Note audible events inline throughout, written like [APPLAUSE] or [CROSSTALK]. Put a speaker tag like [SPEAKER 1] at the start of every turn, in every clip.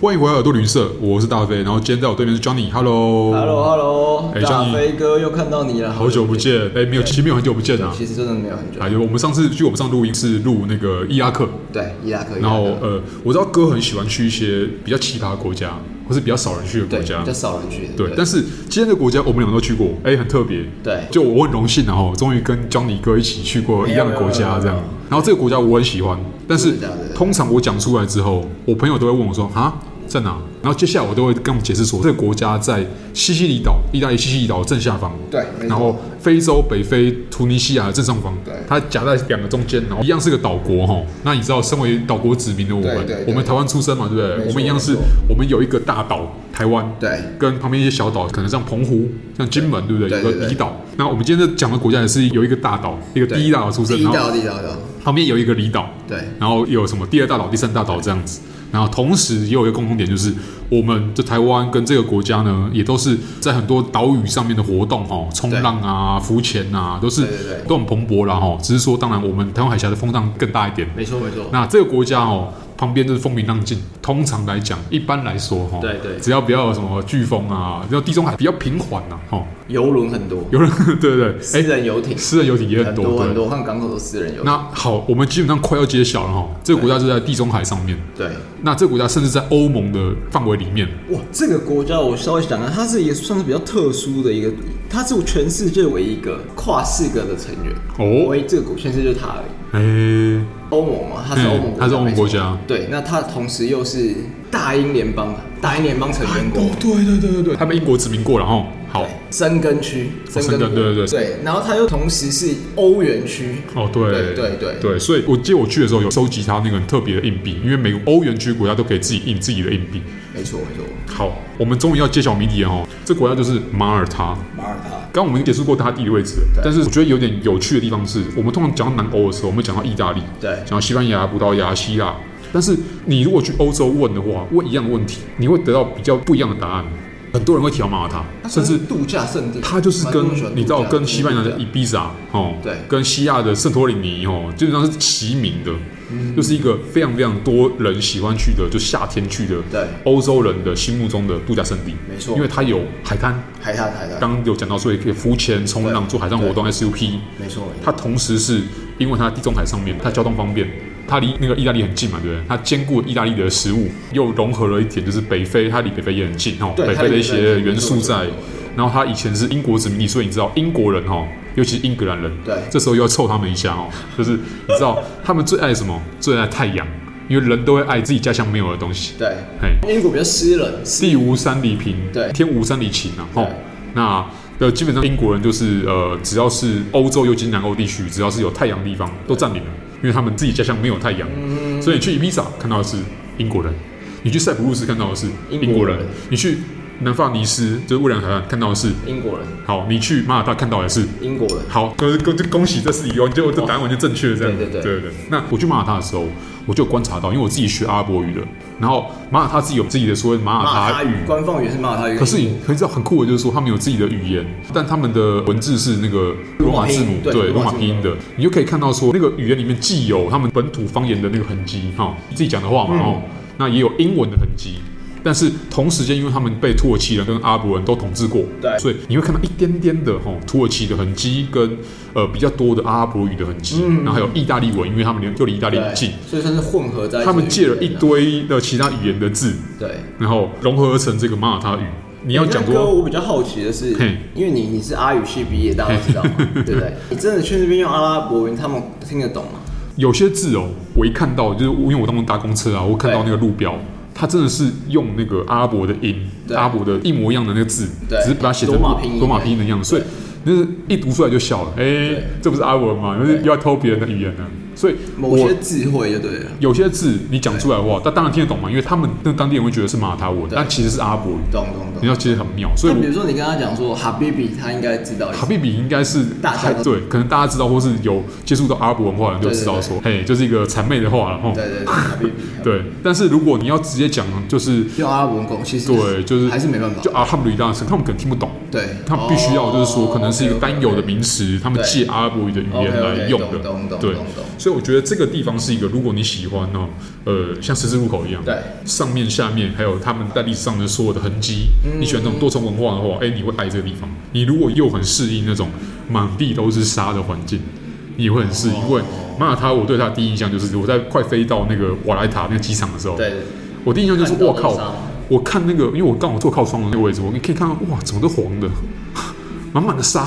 [SPEAKER 1] 欢迎回来耳朵旅社，我是大飞，然后今天在我对面是 Johnny，Hello。
[SPEAKER 2] Hello Hello，
[SPEAKER 1] 哎
[SPEAKER 2] 大
[SPEAKER 1] Johnny
[SPEAKER 2] 飞哥又看到你了，
[SPEAKER 1] 好久不见，哎，没有，其实没有很久不见啊。
[SPEAKER 2] 其实真的没有很久
[SPEAKER 1] 还。有我们上次去我们上录音是录那个伊拉克，
[SPEAKER 2] 对，啊伊拉克，
[SPEAKER 1] 然
[SPEAKER 2] 伊拉
[SPEAKER 1] 后
[SPEAKER 2] 克，
[SPEAKER 1] 呃，我知道哥很喜欢去一些比较奇葩的国家，或是比较少人去的国
[SPEAKER 2] 对，
[SPEAKER 1] 家
[SPEAKER 2] 比较。少人去。
[SPEAKER 1] 对，但是今天的国家我们两个都去过，哎，很特别。
[SPEAKER 2] 对
[SPEAKER 1] 就我很荣幸，然后终于跟江尼哥一起去过一样的国家，这样
[SPEAKER 2] 没有没有没有没有。
[SPEAKER 1] 然后这个国家我很喜欢，但是
[SPEAKER 2] 对对对
[SPEAKER 1] 通常我讲出来之后，我朋友都会问我说啊在哪？然后接下来我都会跟我们解释说，这个国家在西西里岛，意大利西西里岛的正下方。
[SPEAKER 2] 对没错
[SPEAKER 1] 然后非洲北非突尼西亚的正上方，
[SPEAKER 2] 对
[SPEAKER 1] 它夹在两个中间，然后一样是个岛国哈。那你知道，身为岛国子民的我们
[SPEAKER 2] 对对，对
[SPEAKER 1] 我们台湾出生嘛，对不对？
[SPEAKER 2] 没错
[SPEAKER 1] 我们一样是
[SPEAKER 2] 没错，
[SPEAKER 1] 我们有一个大岛台湾，
[SPEAKER 2] 对
[SPEAKER 1] 跟旁边一些小岛，可能像澎湖、像金门，对不对？
[SPEAKER 2] 对对
[SPEAKER 1] 有个
[SPEAKER 2] 对
[SPEAKER 1] 离岛。那我们今天在讲的国家也是有一个大岛，一个第一大岛出生，
[SPEAKER 2] 第一
[SPEAKER 1] 然
[SPEAKER 2] 岛，
[SPEAKER 1] 后
[SPEAKER 2] 第一岛，对
[SPEAKER 1] 旁边有一个离岛，
[SPEAKER 2] 对
[SPEAKER 1] 然后有什么第二大岛、第三大岛这样子。然后同时也有一个共同点，就是我们的台湾跟这个国家呢，也都是在很多岛屿上面的活动哦，冲浪啊、浮潜啊，都是
[SPEAKER 2] 对对对
[SPEAKER 1] 都很蓬勃啦哈。只是说，当然我们台湾海峡的风浪更大一点。
[SPEAKER 2] 没错没错。
[SPEAKER 1] 那这个国家哦，旁边就是风平浪静。通常来讲，一般来说哈、哦，
[SPEAKER 2] 对对
[SPEAKER 1] 只要不要有什么飓风啊，要地中海比较平缓呐、哦， [LAUGHS]
[SPEAKER 2] 游轮很多，
[SPEAKER 1] 有人对对对，
[SPEAKER 2] 私
[SPEAKER 1] 哎、
[SPEAKER 2] 人游艇
[SPEAKER 1] 私人游艇也
[SPEAKER 2] 啊很
[SPEAKER 1] 很多，
[SPEAKER 2] 多
[SPEAKER 1] 对
[SPEAKER 2] 很多，看港口都私人游艇。
[SPEAKER 1] 那好，我们基本上快要揭晓了哈、这个国家就在地中海上面。
[SPEAKER 2] 对，
[SPEAKER 1] 那这个国家甚至在欧盟的范围里面，
[SPEAKER 2] 哇，这个国家我稍微想看，它是也算是比较特殊的一个，它是全世界唯一一个跨四个的成员。
[SPEAKER 1] 哦
[SPEAKER 2] 唯一这个国全世界就它
[SPEAKER 1] 哎、
[SPEAKER 2] 而已。欧盟嘛，它是欧盟国
[SPEAKER 1] 嗯
[SPEAKER 2] 家，
[SPEAKER 1] 它是欧盟国家
[SPEAKER 2] 没错。对，那它同时又是大英联邦，大英联邦成员国。
[SPEAKER 1] 啊哦对对对对对，他被英国殖民过了哈。好
[SPEAKER 2] 对，深根区，
[SPEAKER 1] 哦深
[SPEAKER 2] 国
[SPEAKER 1] 根对对对
[SPEAKER 2] 对，然后它又同时是欧元区，
[SPEAKER 1] 哦，对
[SPEAKER 2] 对对对
[SPEAKER 1] 对，所以我记得我去的时候有收集它那个很特别的硬币，因为每个欧元区国家都可以自己印自己的硬币。
[SPEAKER 2] 没错没错，
[SPEAKER 1] 好，我们终于要揭晓谜底了哦。这国家就是马耳他。
[SPEAKER 2] 马耳他，
[SPEAKER 1] 刚刚我们已经解释过它地理位置了，但是我觉得有点有趣的地方是，我们通常讲到南欧的时候，我们讲到意大利，
[SPEAKER 2] 对
[SPEAKER 1] 讲到西班牙、葡萄牙、希腊。但是你如果去欧洲问的话，问一样的问题，你会得到比较不一样的答案。很多人会提到马耳他，甚至
[SPEAKER 2] 度假胜地，
[SPEAKER 1] 它就是跟
[SPEAKER 2] 蛮多人喜欢度假
[SPEAKER 1] 你知道跟西班牙的
[SPEAKER 2] 对
[SPEAKER 1] 伊比萨哦，
[SPEAKER 2] 对
[SPEAKER 1] 跟西亚的圣托里尼哦，基本上是齐名的，
[SPEAKER 2] 嗯
[SPEAKER 1] 就是一个非常非常多人喜欢去的，就夏天去的，
[SPEAKER 2] 对
[SPEAKER 1] 欧洲人的心目中的度假胜地，
[SPEAKER 2] 没错
[SPEAKER 1] 因为它有海滩，
[SPEAKER 2] 海滩海滩，
[SPEAKER 1] 刚刚有讲到，所以可以浮潜、冲浪、
[SPEAKER 2] 对
[SPEAKER 1] 做海上活动 SUP。
[SPEAKER 2] 没错，
[SPEAKER 1] 它同时是因为它地中海上面，它交通方便，它离那个意大利很近嘛，对不对？它兼顾了意大利的食物，又融合了一点就是北非，它离北非也很近哦，
[SPEAKER 2] 对
[SPEAKER 1] 北
[SPEAKER 2] 它
[SPEAKER 1] 非
[SPEAKER 2] 离
[SPEAKER 1] 的一
[SPEAKER 2] 北非
[SPEAKER 1] 些
[SPEAKER 2] 很近
[SPEAKER 1] 元素
[SPEAKER 2] 没错
[SPEAKER 1] 在
[SPEAKER 2] 没错。
[SPEAKER 1] 然后它以前是英国殖民地，所以你知道英国人哦，尤其是英格兰人，
[SPEAKER 2] 对
[SPEAKER 1] 这时候又要凑他们一下哦，就是你知道他们最爱什么？最爱太阳，因为人都会爱自己家乡没有的东西。
[SPEAKER 2] 对，
[SPEAKER 1] 嘿，
[SPEAKER 2] 英国比较湿冷，湿
[SPEAKER 1] 地无三里平，
[SPEAKER 2] 对
[SPEAKER 1] 天无三里晴啊，吼
[SPEAKER 2] 对，
[SPEAKER 1] 那。呃，基本上英国人就是呃，只要是欧洲，尤其南欧地区，只要是有太阳的地方都占领了，因为他们自己家乡没有太阳，
[SPEAKER 2] 嗯
[SPEAKER 1] 所以你去伊比萨看到的是英国人，你去塞浦路斯看到的是
[SPEAKER 2] 英
[SPEAKER 1] 英国
[SPEAKER 2] 国
[SPEAKER 1] 人
[SPEAKER 2] 人，
[SPEAKER 1] 你去南法尼斯就是蔚蓝海岸看到的是，
[SPEAKER 2] 英国人，
[SPEAKER 1] 好，你去马耳他看到的是
[SPEAKER 2] 英国人，
[SPEAKER 1] 好，恭恭恭喜这是疑问，结果这答案完全正确，这样。
[SPEAKER 2] 哦对对对
[SPEAKER 1] 对那我去马耳他的时候，我就有观察到，因为我自己学阿拉伯语的，然后马耳他自己有自己的所谓马耳
[SPEAKER 2] 马
[SPEAKER 1] 他
[SPEAKER 2] 耳他语，官方语是马耳他语，
[SPEAKER 1] 可是你可以知道很酷的，就是说他们有自己的语言，但他们的文字是那个罗马字母，
[SPEAKER 2] 对
[SPEAKER 1] 对，罗
[SPEAKER 2] 罗
[SPEAKER 1] 马
[SPEAKER 2] 马
[SPEAKER 1] 拼音
[SPEAKER 2] 字
[SPEAKER 1] 的，你就可以看到说那个语言里面既有他们本土方言的那个痕迹，哈、自己讲的话嘛，哦，那也有英文的痕迹。但是同时间，因为他们被土耳其人跟阿拉伯人都统治过，
[SPEAKER 2] 对
[SPEAKER 1] 所以你会看到一点点的哈、哦、土耳其的痕迹跟呃比较多的阿拉伯语的痕迹，然后还有意大利文，因为他们离就离意大利很
[SPEAKER 2] 对
[SPEAKER 1] 近，，
[SPEAKER 2] 所以算是混合在一起的语言啊，
[SPEAKER 1] 他们借了一堆的其他语言的字，
[SPEAKER 2] 对。
[SPEAKER 1] 然后融合而成这个马耳他语。你要讲
[SPEAKER 2] 那哥，
[SPEAKER 1] 说，
[SPEAKER 2] 我比较好奇的是
[SPEAKER 1] 嘿，
[SPEAKER 2] 因为你你是阿语系毕业，大家都知道嘛，对不对？你真的去那边用阿拉伯语，他们听得懂吗？
[SPEAKER 1] 有些字哦，我一看到就是因为我当中搭公车啊，我看到那个路标，它真的是用那个阿拉伯的音，
[SPEAKER 2] 对
[SPEAKER 1] 阿拉伯的一模一样的那个字，
[SPEAKER 2] 对
[SPEAKER 1] 只是把它写成
[SPEAKER 2] 罗马拼音
[SPEAKER 1] 罗马拼音的样子，所以就是一读出来就笑了，哎，这不是阿拉伯文吗？就是又要偷别人的语言呢、啊所以
[SPEAKER 2] 某
[SPEAKER 1] 我
[SPEAKER 2] 些智慧就对了。
[SPEAKER 1] 有些字你讲出来的话，他当然听得懂嘛，因为他们那当地人会觉得是马他文，但其实是阿拉伯语，
[SPEAKER 2] 懂懂
[SPEAKER 1] 你知
[SPEAKER 2] 懂。
[SPEAKER 1] 道其实很妙，所以
[SPEAKER 2] 那
[SPEAKER 1] 我
[SPEAKER 2] 比如说你跟他讲说哈比比，他应该知道一
[SPEAKER 1] [LAUGHS]
[SPEAKER 2] 些。
[SPEAKER 1] 卡比比应该是
[SPEAKER 2] 大家都
[SPEAKER 1] 对，可能大家知道或是有接触到阿拉伯文化的人就
[SPEAKER 2] 对对
[SPEAKER 1] 知道说，嘿，就是一个谄媚的话了，吼。
[SPEAKER 2] 对对对，哈比比。
[SPEAKER 1] 对，但是如果你要直接讲，就是
[SPEAKER 2] 用阿拉伯文沟，其实
[SPEAKER 1] 对，就是
[SPEAKER 2] 还是没办法。
[SPEAKER 1] 就阿哈姆里大神，他们可能听不懂，
[SPEAKER 2] 对，
[SPEAKER 1] 他们必须要就是说，可能是一个单有的
[SPEAKER 2] 名。
[SPEAKER 1] 名词，他们借阿拉伯语的语言来用的
[SPEAKER 2] 哦懂懂懂，
[SPEAKER 1] 对
[SPEAKER 2] 懂懂。
[SPEAKER 1] 所以我觉得这个地方是一个，如果你喜欢哦，呃，像十字路口一样，
[SPEAKER 2] 对，
[SPEAKER 1] 上面、下面还有他们在历史上的所有的痕迹，
[SPEAKER 2] 嗯
[SPEAKER 1] 你喜欢那种多重文化的话，哎，你会爱这个地方。你如果又很适应那种满地都是沙的环境，你也会很适
[SPEAKER 2] 哦
[SPEAKER 1] 应。因为马耳他，我对他的第一印象就是我在快飞到那个瓦莱塔那个机场的时候，
[SPEAKER 2] 哦对，
[SPEAKER 1] 我第一印象就是
[SPEAKER 3] 看到
[SPEAKER 1] 我
[SPEAKER 3] 多
[SPEAKER 1] 靠
[SPEAKER 3] 少，
[SPEAKER 1] 我看那个，因为我刚好坐靠窗的那个位置，我可以看到哇，怎么都黄的， [LAUGHS] 满满的沙，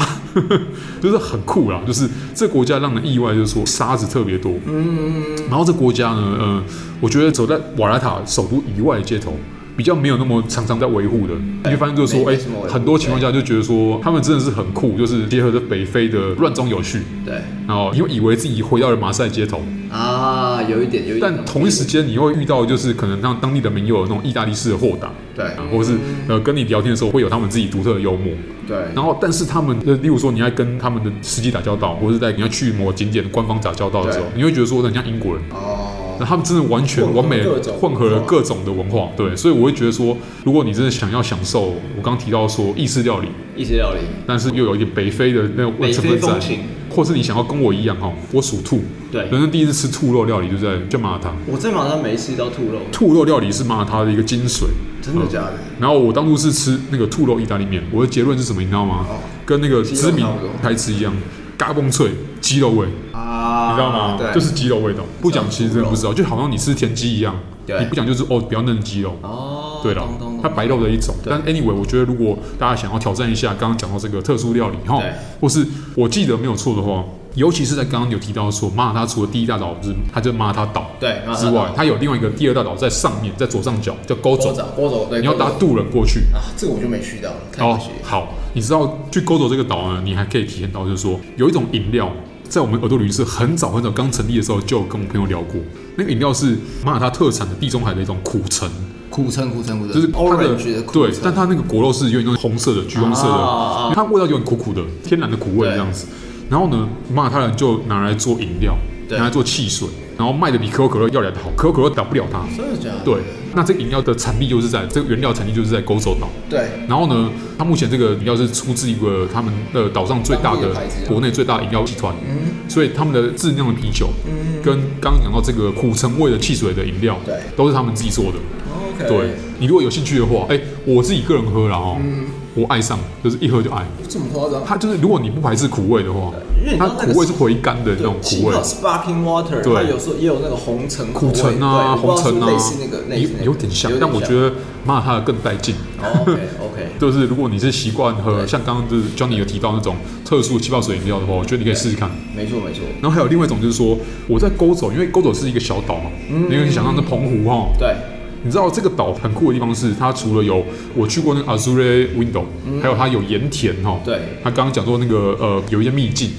[SPEAKER 1] [LAUGHS] 就是很酷啦。就是这国家让人意外，就是说沙子特别多。嗯，然后这国家呢，呃，我觉得走在瓦拉塔首都以外的街头。比较没有那么常常在维护的，你会发现就是说，
[SPEAKER 2] 没
[SPEAKER 1] 哎、
[SPEAKER 2] 没什么维护
[SPEAKER 1] 很多情况下就觉得说，他们真的是很酷，就是结合着北非的乱中有序，
[SPEAKER 2] 对
[SPEAKER 1] 然后你又以为自己回到了马赛街头，
[SPEAKER 2] 啊，有一点，有一点。
[SPEAKER 1] 但同一时间你会遇到，就是可能让当地的民友有那种意大利式的豁达，
[SPEAKER 2] 对
[SPEAKER 1] 啊或者是呃跟你聊天的时候会有他们自己独特的幽默。
[SPEAKER 2] 嗯对，
[SPEAKER 1] 然后，但是他们，呃，例如说你在跟他们的司机打交道，或者是在你要去某景点的官方打交道的时候，
[SPEAKER 2] 对
[SPEAKER 1] 你会觉得说很像英国人，
[SPEAKER 2] 哦，
[SPEAKER 1] 那他们真的完全
[SPEAKER 2] 混合
[SPEAKER 1] 完美
[SPEAKER 2] 各种
[SPEAKER 1] 混合了
[SPEAKER 2] 文化
[SPEAKER 1] 各种的文化。对，所以我会觉得说，如果你真的想要享受我刚提到说意式料理，
[SPEAKER 2] 一些料理，
[SPEAKER 1] 但是又有一点北非的那种呃
[SPEAKER 2] 北
[SPEAKER 1] 成
[SPEAKER 2] 非
[SPEAKER 1] 分在
[SPEAKER 2] 风情，
[SPEAKER 1] 或是你想要跟我一样哈，我属兔，
[SPEAKER 2] 对
[SPEAKER 1] 人生第一次吃兔肉料理就在就马耳他。
[SPEAKER 2] 我在马上没吃到兔肉，
[SPEAKER 1] 兔肉料理是马耳他的一个精髓。
[SPEAKER 2] 真的假的？
[SPEAKER 1] 然后我当初是吃那个兔肉意大利面，我的结论是什么？你知道吗？
[SPEAKER 2] 哦
[SPEAKER 1] 跟那个知
[SPEAKER 2] 鸡肉
[SPEAKER 1] 名
[SPEAKER 2] 差不多
[SPEAKER 1] 台词一样，嘎嘣脆鸡肉味，你
[SPEAKER 2] 啊，
[SPEAKER 1] 知道吗？
[SPEAKER 2] 对，
[SPEAKER 1] 就是鸡肉味道，不讲其实真的不知道，就好像你吃田鸡一样，
[SPEAKER 2] 对
[SPEAKER 1] 你不讲就是哦比较嫩的鸡肉。
[SPEAKER 2] 哦，
[SPEAKER 1] 对了
[SPEAKER 2] 咚咚，
[SPEAKER 1] 它
[SPEAKER 2] 咚
[SPEAKER 1] 白肉的一种。
[SPEAKER 2] 对
[SPEAKER 1] 但 anyway，我觉得如果大家想要挑战一下刚刚讲到这个特殊料理哈
[SPEAKER 2] 对，
[SPEAKER 1] 或是我记得没有错的话，尤其是在刚刚有提到说马耳他除了第一大岛就是它就马耳他岛
[SPEAKER 2] 对马耳他
[SPEAKER 1] 之
[SPEAKER 2] 岛
[SPEAKER 1] 外，它有另外一个第二大岛在上面，在左上角叫勾
[SPEAKER 2] 锅
[SPEAKER 1] 走
[SPEAKER 2] 走，锅走，对，
[SPEAKER 1] 你要
[SPEAKER 2] 勾走
[SPEAKER 1] 搭渡轮过去。
[SPEAKER 2] 啊，这个我就没去到了，太可
[SPEAKER 1] 哦
[SPEAKER 2] 惜了，
[SPEAKER 1] 好，你知道去勾走这个岛呢，你还可以体验到就是说有一种饮料。在我们耳朵旅是很早很早刚成立的时候，就有跟我朋友聊过，那个饮料是马耳他特产的地中海的一种苦橙，
[SPEAKER 2] 苦橙苦橙苦橙，
[SPEAKER 1] 就是它的
[SPEAKER 2] orange 的苦橙
[SPEAKER 1] 对，但它那个果肉是有点那种红色的、橘红色的，
[SPEAKER 2] 啊
[SPEAKER 1] 因为它味道有点苦苦的，天然的苦味
[SPEAKER 2] 对
[SPEAKER 1] 这样子。然后呢，马耳他人就拿来做饮料，
[SPEAKER 2] 对
[SPEAKER 1] 拿来做汽水，然后卖的比可口可乐要来的好，可口可乐打不了它。
[SPEAKER 2] 真的假的？
[SPEAKER 1] 对，那这个饮料的产地就是在这个原料产地就是在勾手岛。
[SPEAKER 2] 对，
[SPEAKER 1] 然后呢，它目前这个饮料是出自一个他们的岛上最大
[SPEAKER 2] 当地
[SPEAKER 1] 的
[SPEAKER 2] 的牌子啊嗯
[SPEAKER 1] 国内最大的饮料集团，所以他们的自酿的啤酒，跟刚刚讲到这个苦橙味的汽水的饮料，
[SPEAKER 2] 对
[SPEAKER 1] 都是他们自己做的。
[SPEAKER 2] OK，
[SPEAKER 1] 对你如果有兴趣的话，哎、我自己个人喝了哦，
[SPEAKER 2] 嗯
[SPEAKER 1] 我爱上，就是一喝就爱。
[SPEAKER 2] 这么夸张？
[SPEAKER 1] 它就是如果你不排斥苦味的话
[SPEAKER 2] 因为，你知
[SPEAKER 1] 它
[SPEAKER 2] 道那个
[SPEAKER 1] 苦味是回甘的那种
[SPEAKER 2] 起
[SPEAKER 1] 苦味
[SPEAKER 2] 泡，sparkling water，
[SPEAKER 1] 对
[SPEAKER 2] 它有时候也有那个红橙口
[SPEAKER 1] 苦
[SPEAKER 2] 味
[SPEAKER 1] 橙啊、
[SPEAKER 2] 对我
[SPEAKER 1] 红
[SPEAKER 2] 不知道
[SPEAKER 1] 橙
[SPEAKER 2] 是不
[SPEAKER 1] 啊
[SPEAKER 2] 是类似那个，类似那个
[SPEAKER 1] 有有点像，但我觉得马耳他的更带劲。
[SPEAKER 2] OK OK，
[SPEAKER 1] 就是如果你是习惯喝，
[SPEAKER 2] 对
[SPEAKER 1] 像刚刚就是 Johnny 有提到那种特殊的气泡水饮料的话，我觉得你可以试试看。
[SPEAKER 2] 没错没错，
[SPEAKER 1] 然后还有另外一种就是说，我在勾走，因为勾走是一个小岛嘛，
[SPEAKER 2] 嗯
[SPEAKER 1] 你可以想象那澎湖哈，
[SPEAKER 2] 对，
[SPEAKER 1] 你知道这个岛很酷的地方是，它除了有我去过那个 Azure Window，、还有它有盐田哈，
[SPEAKER 2] 嗯对嗯
[SPEAKER 1] 它刚刚讲说那个呃有一些秘境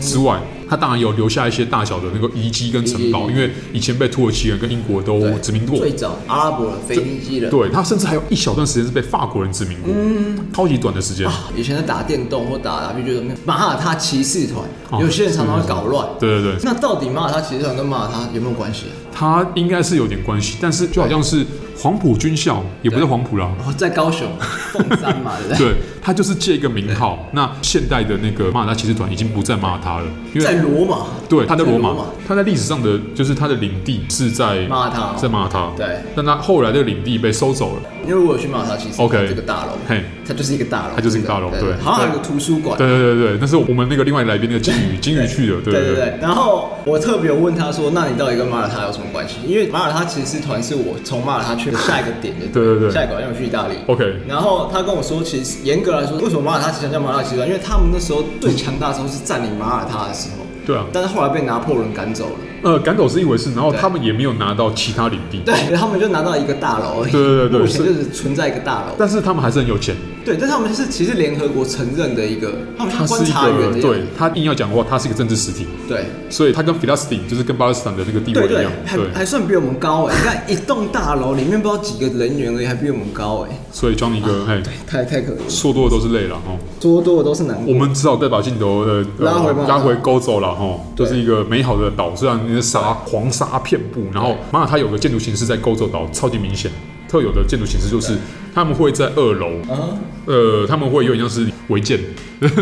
[SPEAKER 1] 之外，它当然有留下一些大小的那个遗迹跟城堡，
[SPEAKER 2] 遗迹
[SPEAKER 1] 因为以前被土耳其人跟英国都
[SPEAKER 2] 对
[SPEAKER 1] 殖民过，
[SPEAKER 2] 最早阿拉伯人、腓尼基人，
[SPEAKER 1] 对，它甚至还有一小段时间是被法国人殖民过，
[SPEAKER 2] 嗯
[SPEAKER 1] 超级短的时间。
[SPEAKER 2] 以前在打电动或打 RPG 的马耳他骑士团
[SPEAKER 1] 哦，
[SPEAKER 2] 有些人常常会搞乱。
[SPEAKER 1] 对对对，
[SPEAKER 2] 那到底马耳他骑士团跟马耳他有没有关系？啊
[SPEAKER 1] 它应该是有点关系，但是就好像是黄埔军校，也不是黄埔啦，
[SPEAKER 2] 哦，在高雄凤山嘛，对不对？
[SPEAKER 1] 对，它就是借一个名号。那现代的那个马耳他骑士团已经不在马耳他了，因
[SPEAKER 2] 在
[SPEAKER 1] 为
[SPEAKER 2] 罗马，
[SPEAKER 1] 对，它在罗
[SPEAKER 2] 在
[SPEAKER 1] 马
[SPEAKER 2] 罗马，
[SPEAKER 1] 它在历史上的就是它的领地是在
[SPEAKER 2] 马耳他
[SPEAKER 1] 在马耳他。
[SPEAKER 2] 对，
[SPEAKER 1] 但它后来的领地被收走了。
[SPEAKER 2] 因为我有去马耳他骑士团
[SPEAKER 1] OK
[SPEAKER 2] 这个大楼
[SPEAKER 1] 嘿，
[SPEAKER 2] 它就是一个大楼，
[SPEAKER 1] 它就是一个大楼对
[SPEAKER 2] 好像还有个图书馆，
[SPEAKER 1] 对对对对，那是我们那个另外来宾那个金鱼，金鱼去的，对
[SPEAKER 2] 对
[SPEAKER 1] 对
[SPEAKER 2] 对对。然后我特别问他说：“那你到底跟马耳他有什么关系？”因为马耳他骑士团是我从马耳他去的下一个点的，
[SPEAKER 1] 对对对
[SPEAKER 2] 下一个好像我去意大利。
[SPEAKER 1] OK
[SPEAKER 2] 然后他跟我说，其实严格来说，为什么马耳他骑士团叫马耳他骑士团？因为他们那时候最强大的时候是占领马耳他的时候，
[SPEAKER 1] 对啊，
[SPEAKER 2] 但是后来被拿破仑赶走了。
[SPEAKER 1] 呃，赶走是一回事，然后
[SPEAKER 2] 对
[SPEAKER 1] 他们也没有拿到其他领地，
[SPEAKER 2] 对，他们就拿到一个大楼而已。
[SPEAKER 1] 对对对对
[SPEAKER 2] 目前
[SPEAKER 1] 是
[SPEAKER 2] 就是存在一个大楼。
[SPEAKER 1] 但是他们还是很有钱。
[SPEAKER 2] 对，但他们是其实联合国承认的一个，他们
[SPEAKER 1] 它
[SPEAKER 2] 像
[SPEAKER 1] 是
[SPEAKER 2] 观
[SPEAKER 1] 一
[SPEAKER 2] 察员的
[SPEAKER 1] 个，
[SPEAKER 2] 一样
[SPEAKER 1] 对他硬要讲的话，它是一个政治实体，
[SPEAKER 2] 对。
[SPEAKER 1] 所以它跟 Philistine 就是跟巴勒斯坦的那个地
[SPEAKER 2] 对
[SPEAKER 1] 位一
[SPEAKER 2] 对
[SPEAKER 1] 样，，
[SPEAKER 2] 还还算比我们高哎！你看一栋大楼里面不知道几个人员而已，还比我们高哎，
[SPEAKER 1] 所以装一个，嘿，
[SPEAKER 2] 太太可怜，
[SPEAKER 1] 说多的都是泪了哦哈。
[SPEAKER 2] 说多的都是难
[SPEAKER 1] 我
[SPEAKER 2] 过。
[SPEAKER 1] 们只好再把镜头呃呃
[SPEAKER 2] 拉回吧
[SPEAKER 1] 拉回勾走了哈，
[SPEAKER 2] 对
[SPEAKER 1] 就是一个美好的岛，虽然那些沙黄沙遍布，然后马耳他有个建筑形式在勾走岛超级明显，特有的建筑形式，就是他们会在二楼，
[SPEAKER 2] 啊，
[SPEAKER 1] 呃，他们会有点像是违建，